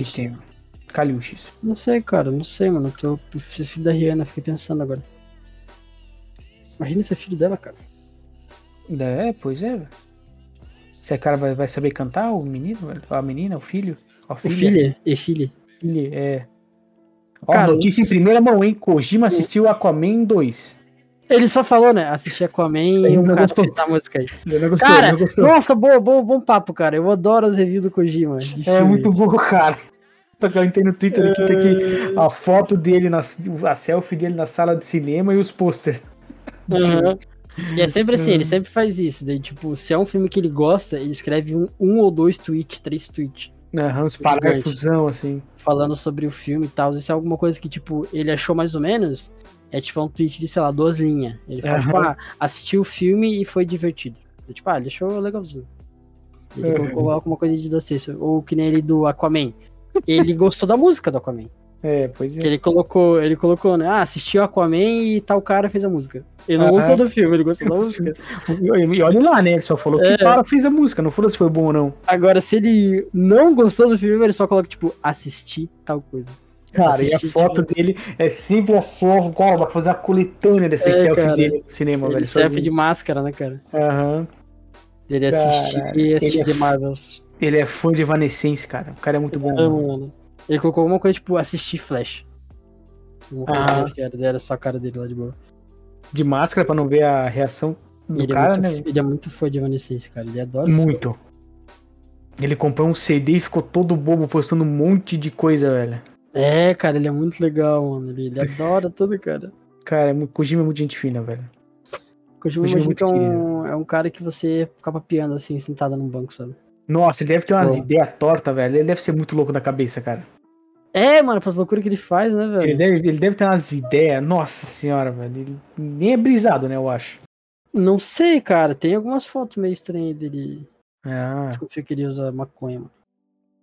Ixi. tem? Caliuches. Não sei, cara, não sei, mano. Eu tô eu fiz filho da Rihanna, fiquei pensando agora. Imagina ser filho dela, cara. É, pois é, velho. Se a cara vai, vai saber cantar, o menino, velho? A menina, o filho? A O filha? filho e filho. Ele é. Ó, Cara, notícia em isso- primeira mão, hein? Kojima assistiu Aquaman 2. Ele só falou, né? Assistir Aquaman e não um cara gostou. fez essa música aí. Eu não gostou, Cara, eu não gostou. nossa, boa, boa, bom papo, cara. Eu adoro as reviews do Kojima. de É filme. muito bom, cara. Porque eu entrei no Twitter aqui, tem aqui a foto dele, na, a selfie dele na sala de cinema e os pôster. Aham. E é sempre assim, Hum. ele sempre faz isso. Daí, tipo, se é um filme que ele gosta, ele escreve um, um ou dois tweets, três tweets, Aham, uns parágrafos, assim. falando sobre o filme e tal. Se é alguma coisa que, tipo, ele achou mais ou menos, é tipo um tweet de, sei lá, duas linhas. Ele fala, Aham. tipo, ah, assisti o filme e foi divertido. Eu, tipo, ah, ele achou legalzinho. Ele Aham. colocou alguma coisa de docência. Ou que nem ele do Aquaman. Ele gostou da música do Aquaman. É, pois Que é. ele colocou, ele colocou, né? Ah, assistiu Aquaman e tal cara fez a música. Ele não Aham. gostou do filme, ele gostou da música. E e olha lá, né? Ele só falou que É. o cara fez a música, não falou se foi bom ou não. Agora, se ele não gostou do filme, ele só coloca, tipo, assistir tal coisa. Cara, e a assisti, foto dele é sempre a selfie, cara, dá pra fazer a coletânea dessa É, selfie cara. dele no cinema, Ele velho. serve sozinho. de máscara, né, cara? Aham. Ele Caralho, assistir e assistir ele é The Marvels. Ele é fã de Evanescence, cara. O cara é muito bom. Ah, mano. mano. Ele colocou alguma coisa, tipo, assistir Flash. Alguma coisa Ah. assim, acho que era, era só a cara dele lá de boa. De máscara pra não ver a reação do Ele, cara, é muito, né? f- ele é muito fã de Evanescence, cara. Ele adora isso. Muito. Ele comprou um CD e ficou todo bobo postando um monte de coisa, velho. É, cara, ele é muito legal, mano. Ele, ele adora tudo, cara. Cara, é mu- Kojima é muito gente fina, velho. Kojima Kojima é Kojima que muito é um, é um cara que você fica papiando, assim, sentado num banco, sabe? Nossa, ele deve ter umas Bom. ideias tortas, velho. Ele deve ser muito louco da cabeça, cara. É, mano, as loucuras que ele faz, né, velho? Ele deve, ele deve ter umas ideias. Nossa senhora, velho. Ele nem é brisado, né, eu acho. Não sei, cara. Tem algumas fotos meio estranhas dele. Ah, Desconfio que ele usa maconha, mano.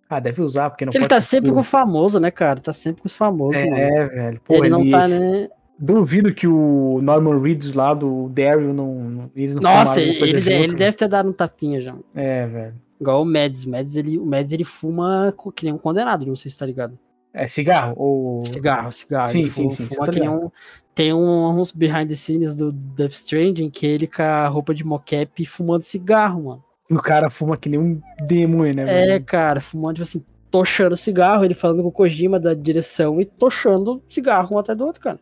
ah deve usar, porque não Ele pode tá ser sempre com puro. o famoso, né, cara? Tá sempre com os famosos, mano. É, velho. Pô, ele, não tá, né? Duvido que o Norman Reedus lá do Daryl não. não- Eles não Nossa, fumaram alguma ele, coisa ele, de- junto, ele deve ter dado um tapinha já. mano. velho. É, velho. Igual o Mads. O Mads, ele, o Mads, ele fuma co- que nem um condenado, não sei se tá ligado. É cigarro? Ou. Cigarro, cigarro. Sim, ele sim, fuma, sim, fuma tô que nem ligado. um... Tem um- uns behind the scenes do Death Stranding que ele com a roupa de mocap e fumando cigarro, mano. E o cara fuma que nem um demônio, né, É, velho? cara, fumando, tipo assim, tochando cigarro, ele falando com o Kojima da direção e tochando cigarro um até do outro, cara.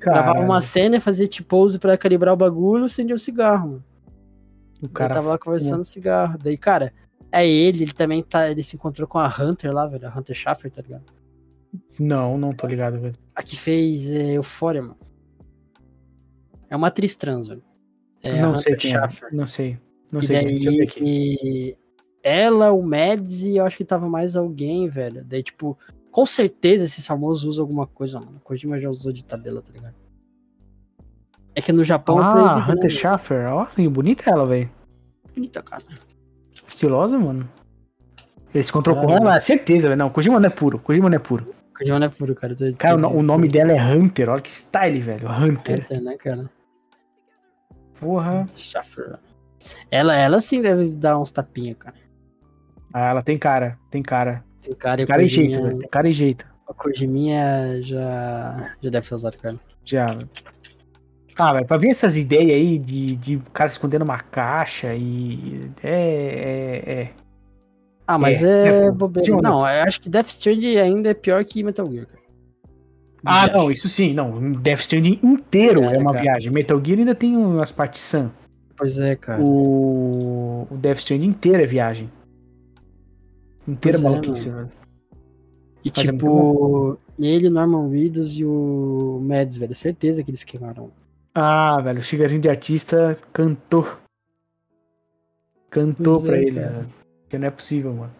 Gravava Caralho, uma cena e fazia tipo pose pra calibrar o bagulho, acendia o cigarro, mano. O Ele cara tava lá conversando cigarro. Daí, cara, é ele, ele também tá. Ele se encontrou com a Hunter lá, velho. A Hunter Schaffer, tá ligado? Não, não tô ligado, velho. A que fez é, Euphoria, mano. É uma atriz trans, velho. É a não, Hunter sei quem é. Schaffer. não sei. Não E sei. quem é. Deixa eu ver daí aqui. que ela, o Mads e eu acho que tava mais alguém, velho. Daí, tipo, com certeza esse famoso usa alguma coisa, mano. O Kojima já usou de tabela, tá ligado? É que no Japão é Ah, proibido, né, Hunter velho? Schaffer. Ó, que bonita ela, velho. Bonita, cara. Estilosa, mano. Ele se encontrou com Caralho. ela, É certeza, velho. Não, Kojima não é puro. Kojima não é puro. Kojima não é furo, cara. Tô- Cara, o, tô- no- o nome dela é Hunter. Olha que style, velho. Hunter. Hunter, né, cara? É. Porra. Schaffer. Ela, ela sim deve dar uns tapinhos, cara. Ah, ela tem cara. Tem cara. Tem cara Tem e o é cara e Kojiminha- jeito, velho. Tem cara e jeito. O Kojiminha é, já, já deve ter usado, cara. Já. Ah, velho, pra ver essas ideias aí de, de o cara escondendo uma caixa e. É. É. é. Ah, mas é, é, pô. bobeira. Jonah. Não, eu acho que Death Stranding ainda é pior que Metal Gear, cara. Ah, Viagem. não, isso sim, não. um Death Stranding inteiro é, É, uma cara. viagem. Metal Gear ainda tem umas partes sã. Pois é, cara. O, o Death Stranding inteiro é viagem. Inteira Pois é, maluquice, velho. E Mas é muito tipo, ele, Norman Reedus e o Mads, velho. Certeza que eles queimaram. Ah, velho, o Chigarinho de artista cantou. Cantou Pois pra é, eles, cara. né? velho. Porque não é possível, mano.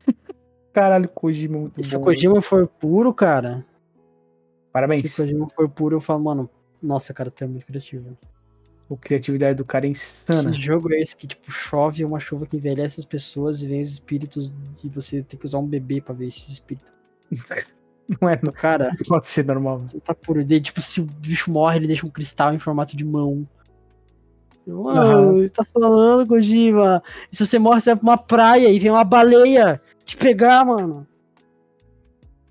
Caralho, Kojima é muito E se o bom. Kojima for puro, cara, se o Parabéns. Kojima for puro, eu falo, mano, nossa, cara, tu é muito criativo. O criatividade do cara é insana. Que jogo é esse que, tipo, chove, é uma chuva que envelhece as pessoas e vem os espíritos e você tem que usar um bebê pra ver esses espíritos. Não é, não Cara, pode ser normal. não tá puro. Daí, tipo, se o bicho morre, ele deixa um cristal em formato de mão. Aham. Mano, você tá falando, Kojima? E se você morre, você vai pra uma praia e vem uma baleia te pegar, mano.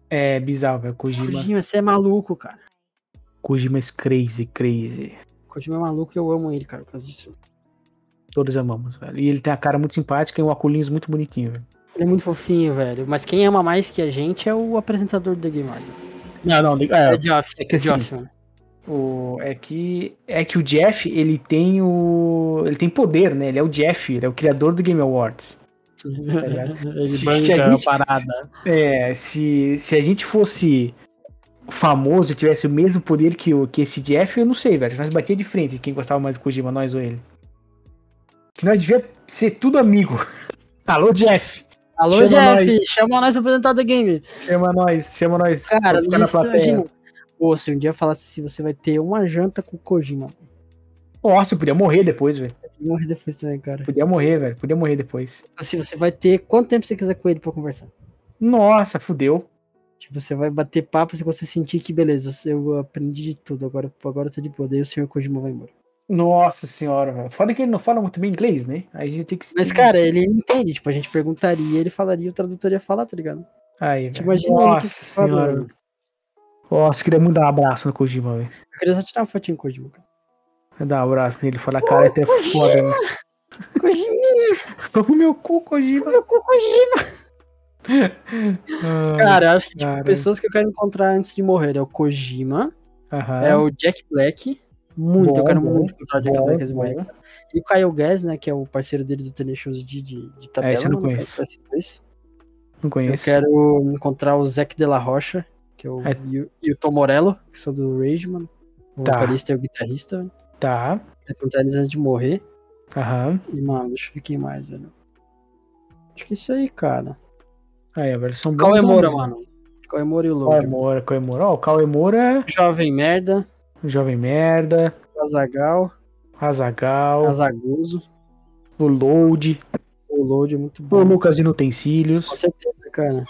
É bizarro, velho. Kojima. Kojima, você é maluco, cara. Kojima is crazy, crazy. Kojima é maluco e eu amo ele, cara, por causa disso. Todos amamos, velho. E ele tem a cara muito simpática e um óculos muito bonitinho, velho. Ele é muito fofinho, velho. Mas quem ama mais que a gente é o apresentador do The Game Awards. Não, não, É, o Geoff. é que assim, Geoff, mano. O, é que é que o Jeff, ele tem o ele tem poder, né? Ele é o Jeff, ele é o criador do Game Awards. ligado? Ele Se banca a Tá a gente- parada. É, se, se a gente fosse famoso e tivesse o mesmo poder que o que esse Jeff, eu não sei, velho. Se nós batia de frente, quem gostava mais do Kojima, nós ou ele. Que nós devia ser tudo amigo. Alô, Jeff. Alô, Chama Jeff, nós. chama nós pra apresentar The Game. Chama nós, chama nós. Cara, pra ficar isso, imagina. Pô, se um dia eu falasse assim, você vai ter uma janta com o Kojima. Nossa, eu podia morrer depois, velho. Eu morri depois também, cara. Podia morrer, velho. Podia morrer depois. Assim, você vai ter quanto tempo você quiser com ele pra conversar. Nossa, fudeu. Tipo, você vai bater papo se você sentir que, beleza, eu aprendi de tudo, agora, agora eu tô de boa, daí o senhor Kojima vai embora. Nossa senhora, velho. Foda que ele não fala muito bem inglês, né? Aí a gente tem que. Mas, cara, ele entende, tipo, a gente perguntaria, ele falaria, o tradutor ia falar, tá ligado? Aí, Te velho. imagina ele Nossa que tá fala, senhora. mano. Nossa, queria muito dar um abraço no Kojima, velho. Eu queria só tirar uma fotinho com o Kojima, cara. Dar um abraço nele e falar, cara, até foda, né? Kojima, Toma o meu cu, Kojima. meu cu, Kojima. Ai, Cara, eu acho que, tipo, cara. pessoas que eu quero encontrar antes de morrer é o Kojima, aham. é o Jack Black. Muito, Bom, eu quero bom, muito encontrar o Jack bom, Black antes de bom. morrer. cara. E o Kyle Gass, né, que é o parceiro deles do Tenacious D de, de tabela. É, esse eu não né, conheço. cara, parece dois. Não Eu conheço. quero encontrar o Zac de la Rocha, que é o, É. E, o- e o Tom Morello, que são do Rage, mano. O Tá. vocalista e o guitarrista. velho. Tá. Quero encontrar eles antes de morrer. Aham. E, mano, deixa eu ver quem mais, velho. Acho que é isso aí, cara. Aí, velho, são bons Cauê nomes, Moura, né? mano. Cauê Moura e o Cauê Louro. Moura, Cauê Moura. Ó, o Cauê Moura, Jovem Merda, Jovem Merda, Azagal, Azagal, Azagoso, o Load, o Load é muito o bom. Lucas Inutensílios. Com certeza, cara.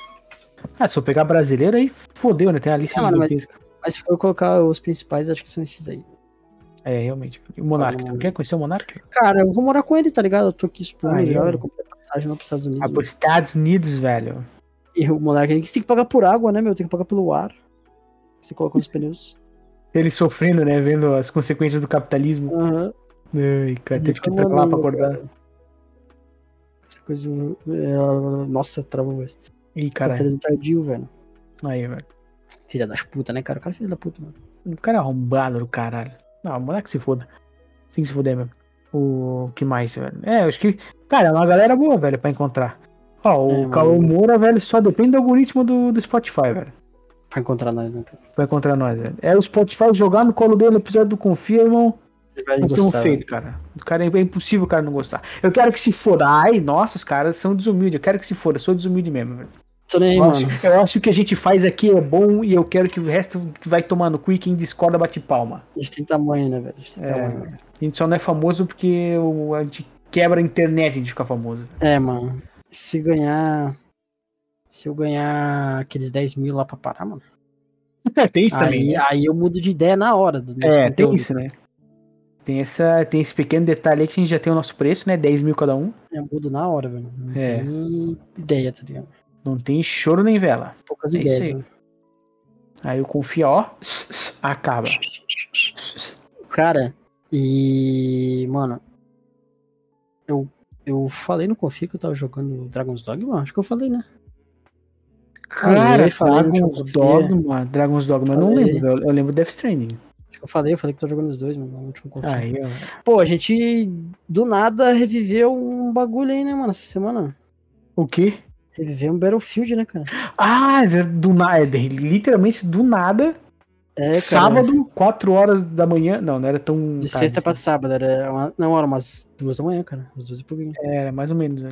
Ah, se eu pegar brasileiro aí, fodeu, né? Tem a lista Ah, mano, mas- gigantesca. Mas se for colocar os principais, acho que são esses aí. É, realmente. E o Monark, Ah, tu não quer conhecer o Monark? Cara, eu vou morar com ele, tá ligado? Eu tô aqui explorando Ah, já, eu- ele comprei passagem lá pros Estados Unidos. Ah, pros Estados Unidos, velho. E o monarca ele tem que pagar por água, né, meu? Tem que pagar pelo ar. Você coloca nos pneus. Ele sofrendo, né? Vendo as consequências do capitalismo. Aham. Ai, cara, Né? teve que ir pra Fica lá pra maluco, acordar. cara. Essa coisa. é, Nossa, travou a voz. Ih, caralho. Capitalismo tardio, velho. Aí, velho. Filha das puta, né, cara? O cara é filho da puta, mano. O cara é arrombado do caralho. Não, moleque se foda. Tem que se foder mesmo. O que mais, velho? É, eu acho que. Cara, é uma galera boa, velho, pra encontrar. Ó, É, o mano. Cauê Moura, velho, só depende do algoritmo do, do Spotify, velho. Pra encontrar nós, né, cara? Pra encontrar nós, velho. É o Spotify jogar no colo dele o episódio do Confia, irmão. Ele vai Nós temos um gostar. feito, cara. O cara é impossível o cara não gostar. Eu quero que se foda. Ai, nossa, os caras são desumildes. Eu quero que se foda. Eu sou desumilde mesmo. velho. velho. Tô nem aí, Eu acho, mano. eu acho que o que a gente faz aqui é bom e eu quero que o resto que vai tomar no cu e quem discorda bate palma. A gente tem tamanho, né, velho? A gente tem É. tamanho. velho. A gente só não é famoso porque o- a gente quebra a internet e a gente fica famoso. É, mano. Se ganhar. Se eu ganhar aqueles 10 mil lá pra parar, mano. É, tem isso também. Aí, aí eu mudo de ideia na hora do É, nosso tem né? conteúdo. isso, né? Tem, essa, tem esse pequeno detalhe aí que a gente já tem o nosso preço, né? 10 mil cada um. Eu É mudo na hora, velho. Não É. tem ideia, tá ligado? Não tem choro nem vela. Poucas É ideias, isso aí. né? Aí eu confio, ó, acaba. Cara, e. Mano. Eu, eu falei no Confia que eu tava jogando Dragon's Dogma? Acho que eu falei, né? Cara, Falei, falei, Dragon's deixa eu conferir. Dogma, Dragon's Dogma, eu não Falei. lembro, eu, eu lembro Death Stranding. Acho que eu falei, eu falei que tava jogando os dois, mano, no último Confia. Aí, ó. Pô, a gente do nada reviveu um bagulho aí, né, mano, essa semana. O quê? Reviveu um Battlefield, né, cara? Ah, é verdade, do nada, literalmente do nada, É, cara. sábado, Tá, 4 horas da manhã, não, não era tão De tarde, assim. sexta pra sábado, era uma- não, era umas duas da manhã, cara. Umas duas e pouquinho. Era, mais ou menos, né?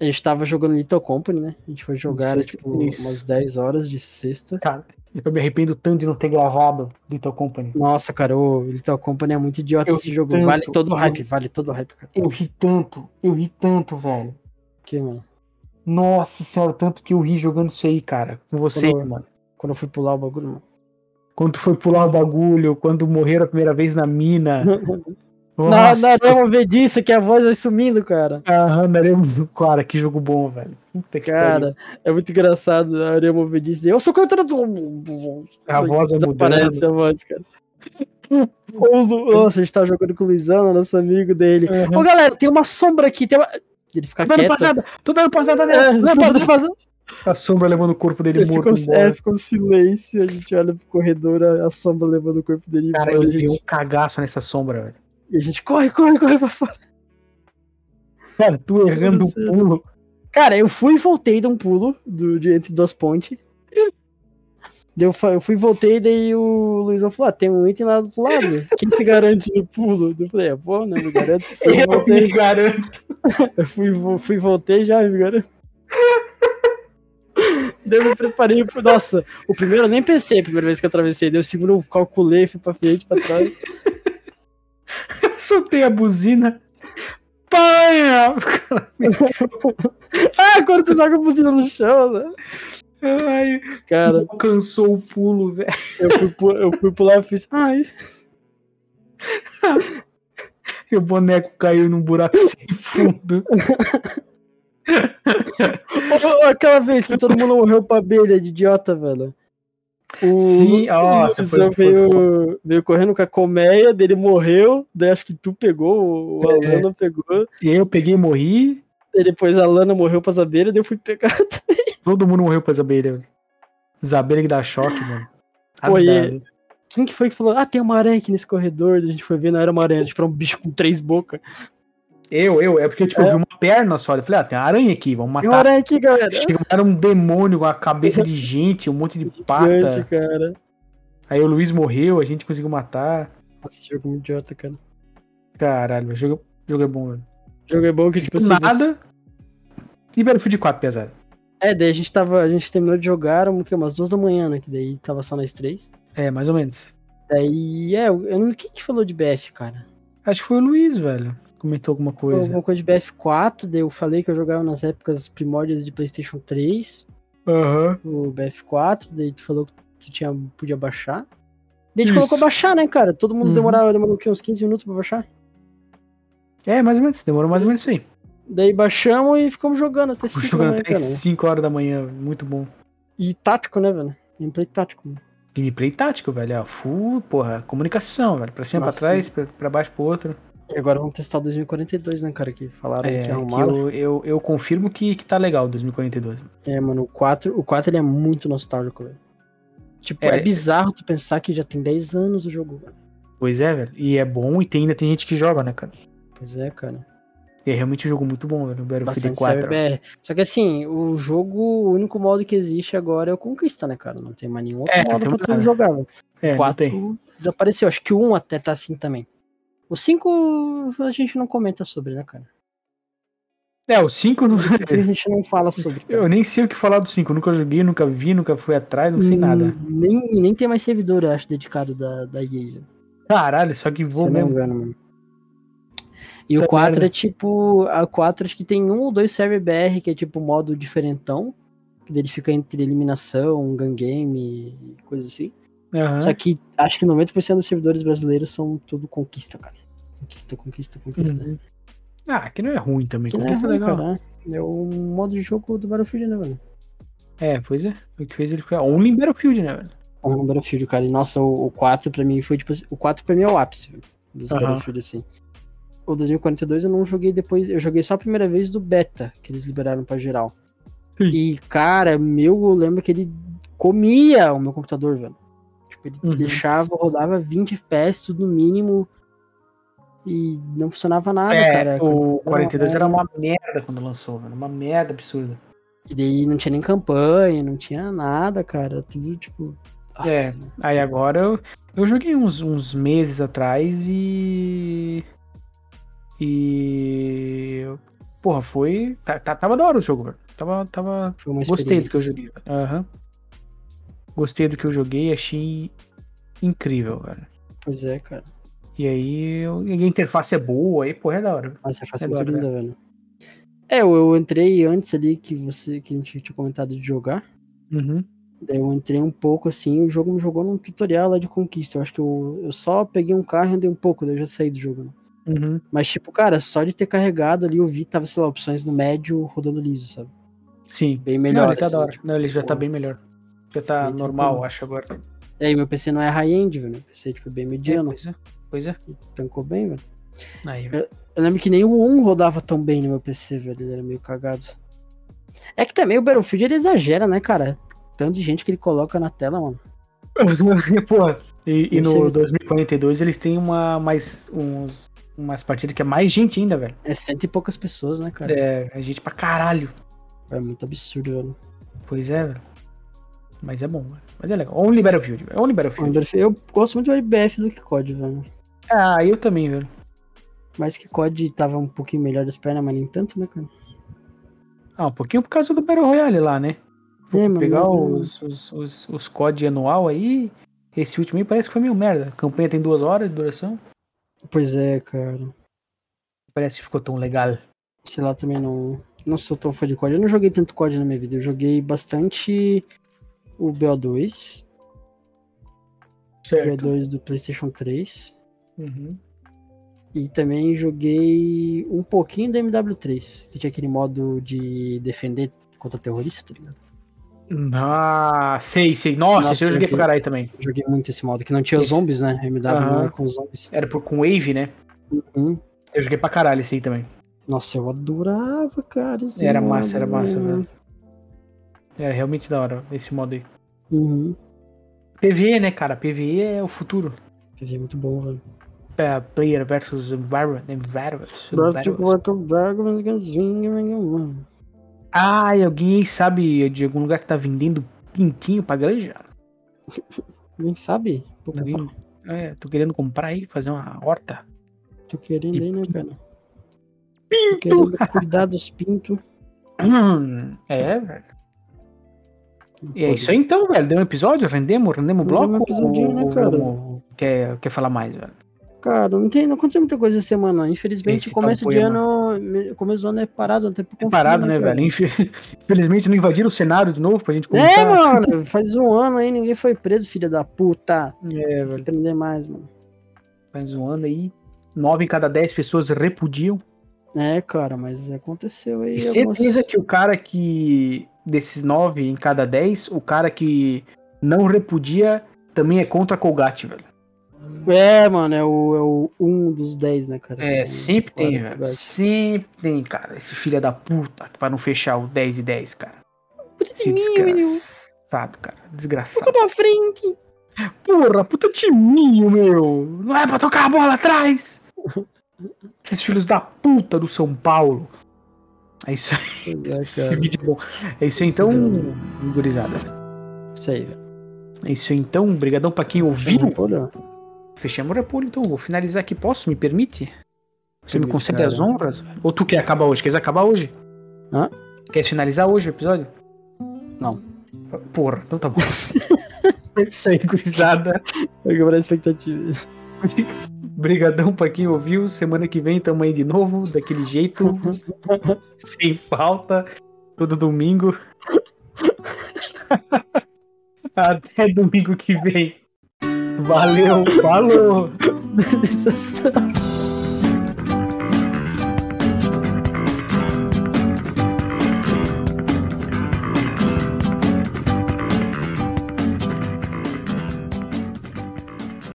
A gente tava jogando Little Company, né? A gente foi jogar, era, Isso, tipo, isso. umas 10 horas de sexta. Cara, eu me arrependo tanto de não ter gravado Little Company. Nossa, cara, o Little Company é muito idiota Eu esse jogo. tanto. Vale todo o hype, vale todo o hype, cara. Eu ri tanto, eu ri tanto, velho. Que, mano, Nossa senhora, tanto que eu ri jogando isso aí, cara. Com você, Quando- mano. quando eu fui pular o bagulho, mano. Quando foi pular o bagulho, quando morreram a primeira vez na mina. Não, não, não, ver disso, que a voz vai sumindo, cara. Aham, Naremo- Cara, que jogo bom, velho. Puta que pariu. Cara, é muito engraçado a Arema ver disso. Eu sou contra do. A voz vai mudando. Desaparece a voz, cara. Ou do- Nossa, a gente tava jogando com o Luizão, nosso amigo dele. Aham. Ô, galera, tem uma sombra aqui, tem uma. Ele fica Tô dando quieto. passada, tô dando passada É, nela, tô dando passada. A sombra levando o corpo dele Ele morto. ficou, embora. é, ficou um silêncio, a gente olha pro corredor, a, a sombra levando o corpo dele Cara, eu embora. a dei um gente, cagaço nessa sombra, velho. e a gente corre, corre, corre pra fora. Cara, tu errando o Nossa. pulo. Cara, eu fui e voltei de um pulo do, de entre duas pontes. Daí Eu, fa- eu fui e voltei, daí o Luizão falou: Ah, tem um item lá do outro lado. Quem se garante no pulo? Daí Eu falei: É, pô, né? Me garanto. Fui e voltei. garanto. Eu fui, vo- fui e voltei já, me garanto. Daí eu me preparei pro. Nossa, o primeiro eu nem pensei a primeira vez que eu atravessei. Daí o segundo eu calculei, fui pra frente, pra trás. Soltei a buzina. Panha! Ah, quando tu joga a buzina no chão, né? Ai, Cara, alcançou o pulo, velho. eu fui, pu- eu fui pular e fiz. Ai, E o boneco caiu num buraco sem fundo. Ô, ô, aquela vez que todo mundo morreu pra abelha de idiota, velho. O, Sim, o nossa, foi, Luizão foi- veio, veio correndo com a colmeia, dele morreu, daí acho que tu pegou, o- a É. Lana pegou, Eu peguei e morri. daí depois a Lana morreu pras abelhas, daí eu fui pegar. Todo mundo morreu pras abelhas. velho. As abelhas que dá choque, mano. Pô, e- Nada, velho. Quem que foi que falou? Ah, tem uma aranha aqui nesse corredor, daí a gente foi ver, não era uma aranha, tipo, era um bicho com três bocas. Eu, eu, é porque tipo, eu vi uma perna só. Eu falei, ah, tem uma aranha aqui, vamos Tem uma matar. aranha aqui, galera. Chega, era um demônio com a cabeça de gente, um monte de pata. Gigante, cara. Aí o Luiz morreu, a gente conseguiu matar. Nossa, esse jogo é muito idiota, cara. Caralho, o jogo, jogo é bom, velho. O jogo é bom que, tipo, assim, você- Nada. E Battlefield 4, pesado. É, daí a gente tava. A gente terminou de jogar eram, o quê? umas duas da manhã, né? Que daí tava só nós três. É, mais ou menos. Daí, é, eu eu não quem que falou de BF, cara? Acho que foi o Luiz, velho. Comentou alguma Foi coisa. Alguma coisa de BF4, daí eu falei que eu jogava nas épocas primórdias de Playstation 3, Aham. o BF4, daí tu falou que tu tinha, podia baixar. Daí a gente Isso. colocou baixar, né, cara? Todo mundo Uhum. demorava, demorou o quê? Uns 15 minutos pra baixar. É, mais ou menos. Demorou mais ou menos isso aí. Daí baixamos e ficamos jogando até 5 da Jogando manhã, até cara. né? 5 horas da manhã. Muito bom. E tático, né, velho? Gameplay tático. mano. Gameplay tático, velho. ó, Full, porra. Comunicação, velho. Pra cima, Nossa, pra trás, pra, pra baixo, pro outro. E agora vamos testar o 2042, né, cara? Que falaram É, que que arrumaram. eu, eu, eu confirmo que, que tá legal o 2042. É, mano, o 4, o 4 ele é muito nostálgico, velho. Tipo, É, é, é- bizarro tu pensar que já tem 10 anos o jogo, velho. Pois é, velho. E é bom e tem, ainda tem gente que joga, né, cara? Pois é, cara. E é realmente um jogo muito bom, velho. O Battlefield É, Bastante é 4. CBR. Só que assim, o jogo, o único modo que existe agora é o Conquista, né, cara? Não tem mais nenhum outro É, não modo tem pra mais tu nada. jogar, velho. É, O não tem. 4 desapareceu. Acho que o 1 até tá assim também. O 5 a gente não comenta sobre, né, cara? É, o 5 não. A gente não fala sobre. cara. Eu nem sei o que falar do 5. Nunca joguei, nunca vi, nunca fui atrás, não sei nada. Hum, Nem, nem tem mais servidor, eu acho, dedicado da, da EA. né? Caralho, só que Se vou eu não me mesmo. engano, mano. E Tá o 4 merda. é tipo. A 4 acho que tem um ou dois server BR que é tipo modo diferentão. Que daí ele fica entre eliminação, gun game, e coisa assim. Aham. Só que acho que 90% dos servidores brasileiros são tudo conquista, cara. Conquista, conquista, conquista. Uhum. Ah, que não é ruim também. né? Que não é, conquista ruim, legal. cara, né? é o modo de jogo do Battlefield, né, mano? É, pois é. O que fez ele ficar. Only in Battlefield, né, velho? O Battlefield, cara. E nossa, o, o 4 pra mim foi tipo. assim- O 4 pra mim é o ápice, velho. Dos Aham. Battlefield, assim. O 2042 eu não joguei depois. Eu joguei só a primeira vez do beta, que eles liberaram pra geral. Sim. E, cara, meu, eu lembro que ele comia o meu computador, velho. Tipo, ele Uhum. deixava, rodava 20 FPS, tudo mínimo. E não funcionava nada, é, cara. o 42 era uma uma merda quando lançou, velho. Uma merda absurda. E daí não tinha nem campanha, não tinha nada, cara. Tudo, tipo. nossa, É. né? Aí agora eu, eu joguei uns, uns meses atrás e. E. porra, foi. tá- tá- tava da hora o jogo, velho. Tava, tava, Foi uma Gostei do que eu experiência. joguei. Aham. Gostei do que eu joguei, achei incrível, velho. Pois é, cara. E aí, eu- e a interface é boa, aí, porra, é da hora. Nossa, Ah, faz É da muito hora, linda, velho. É, eu, eu entrei antes ali que você que a gente tinha comentado de jogar. Uhum. Daí eu entrei um pouco assim, o jogo me jogou num tutorial lá de conquista. Eu acho que eu, eu só peguei um carro e andei um pouco, daí eu já saí do jogo. né? Uhum. Mas, tipo, cara, só de ter carregado ali, eu vi, tava, sei lá, opções no médio rodando liso, sabe? Sim. Bem melhor. Não, ele tá assim, da hora. tipo, Não, ele já tá porra. bem melhor. Já tá Bem normal, tranquilo. acho, agora. E aí, meu PC não é high-end, velho. Meu PC, tipo, é bem É, mediano. pois é. Pois é. Tancou bem, velho. Aí, né? Eu lembro que nem o 1 rodava tão bem no meu PC, velho. Ele era meio cagado. É que também o Battlefield ele exagera, né, cara? Tanto de gente que ele coloca na tela, mano. Porra. E, e Não sei. no 2042 eles têm uma mais uns, umas partidas que é mais gente ainda, velho. É cento e poucas pessoas, né, cara? É, é gente pra caralho. É, muito absurdo, velho. Pois é, velho. Mas é bom, velho. Mas é legal. Only Battlefield, velho. Only O Battlefield. Battlefield- Eu gosto muito do IBF do que COD, velho. Ah, eu também, velho. Mas que COD tava um pouquinho melhor das pernas, mas nem tanto, né, cara? Ah, um pouquinho por causa do Battle Royale lá, né? É, mano. Pegar mas- os, os, os, os COD anual aí, esse último aí parece que foi meio merda. A campanha tem duas horas de duração, Pois é, cara. parece que ficou tão legal. sei lá, também não, não sou tão fã de COD. Eu não joguei tanto COD na minha vida. Eu joguei bastante o BO2, o BO2 do PlayStation 3. Uhum. E também joguei um pouquinho do MW3, que tinha aquele modo de defender contra terrorista, tá ligado? Ah, sei, sei. Nossa, Nossa, esse eu joguei aquele- pra caralho também. Eu Joguei muito esse modo, que não tinha os Esse- zombies, né? MW não Aham. é com zombies. Era por, com Wave, né? Uhum. Eu joguei pra caralho esse aí também. Nossa, eu adorava, cara. esse Era massa, era modo, massa, né? velho. Era realmente da hora esse modo aí. Uhum. PvE, né, cara? PvE é o futuro. Ele é muito bom, velho. É, player versus environment. environment, tipo environment. Uhum. Ah, e alguém aí sabe de algum lugar que tá vendendo pintinho pra granja? Nem sabe? Vou comprar. Alguém- É, tô querendo comprar aí, fazer uma horta. Tô querendo De aí, né, cara? Tô querendo cuidar dos pintos. Hum, é, velho. E é isso aí então, velho. Deu um episódio, rendemos, rendemos o Deu um bloco. episodinho, ou- né, ou cara? vamos- quer, quer falar mais, velho? Cara, não, tem, não aconteceu muita coisa essa semana. Infelizmente, Esse tá começo tal de poema. ano. me- Começo do ano é parado, até por É parado, né, velho? Infe- Infelizmente não invadiram o cenário de novo pra gente comentar. É, mano, faz um ano aí, ninguém foi preso, filha da puta. É, Tem que velho. aprender mais, mano. Faz um ano aí. Nove em cada dez pessoas repudiam. É, cara, mas aconteceu aí. E né? algumas- certeza que o cara que. Desses nove em cada dez, o cara que não repudia também é contra a Colgate, velho. É, mano, é o, é o um dos dez, né, cara? É, Então, sempre tem, fora do velho. lugar. Sempre tem, cara. Esse filho da puta que pra não fechar o 10 e 10, cara. Se Pequenininho, menino. desgraçado, cara. Toca Desgraçado. pra frente. Porra, puta timinho, meu. Não é pra tocar a bola atrás. Esses filhos da puta do São Paulo. É isso aí. Pois é, Esse cara. vídeo é bom. É isso aí, então, gurizada. Isso aí, velho. É isso aí, então. Obrigadão pra quem ouviu. Olha. Fechamos o repolho, então. Vou finalizar aqui. Posso? Me permite? Você me Permite, concede cara. as honras? Ou tu quer acabar hoje? Queres acabar hoje? Hã? Queres finalizar hoje o episódio? Não. Porra, então tá bom. é isso aí, gurizada. Eu quebrar a expectativa. Obrigadão pra quem ouviu. Semana que vem tamo aí de novo, daquele jeito. sem falta. Todo domingo. Até domingo que vem. Valeu, falou! Isso é só-